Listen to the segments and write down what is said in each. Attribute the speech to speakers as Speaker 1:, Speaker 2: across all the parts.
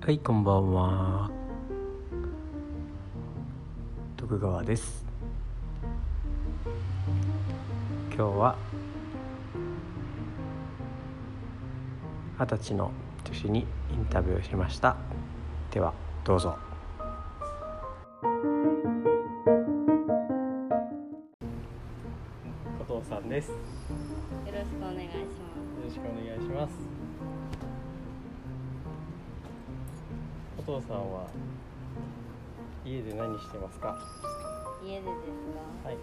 Speaker 1: はい、こんばんは。徳川です。今日は二十歳の女子にインタビューしました。ではどうぞ。
Speaker 2: 加藤さんです。よ
Speaker 3: よろしくお願いしま
Speaker 2: ろしくお願いします。加藤さんは家で何してますか。
Speaker 3: す。家でですが、
Speaker 2: はい。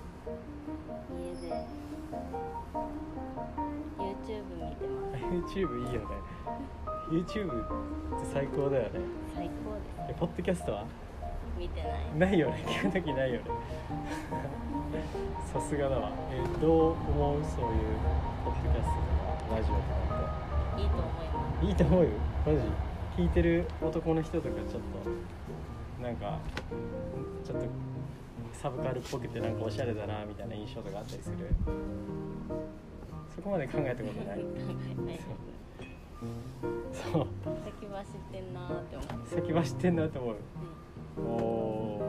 Speaker 3: 家で YouTube
Speaker 2: YouTube
Speaker 3: 見てます。
Speaker 2: いいよね。YouTube って最高だよね。
Speaker 3: 最高です。
Speaker 2: えポッドキャストは
Speaker 3: 見てない。
Speaker 2: ないよね。聞くときないよね。さすがだわ。えどう思うそういうポッドキャストとかラジオとか
Speaker 3: いいと思いま
Speaker 2: って。いいと思うよ。マジ。聞いてる男の人とかちょっとなんかちょっとサブカルっぽくてなんかおしゃれだなみたいな印象とかあったりするそこまで考えたことない
Speaker 3: す。考えないです。
Speaker 2: そう
Speaker 3: 先走ってんなーって思って。
Speaker 2: 先走ってんなと思
Speaker 3: うん
Speaker 2: うお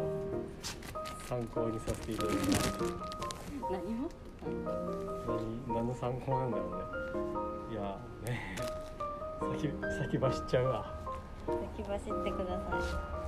Speaker 2: ー参考にさせていただきます
Speaker 3: 何も
Speaker 2: 何何の参考なんだろうねい やーね先先走っちゃうわ
Speaker 3: 先走ってください。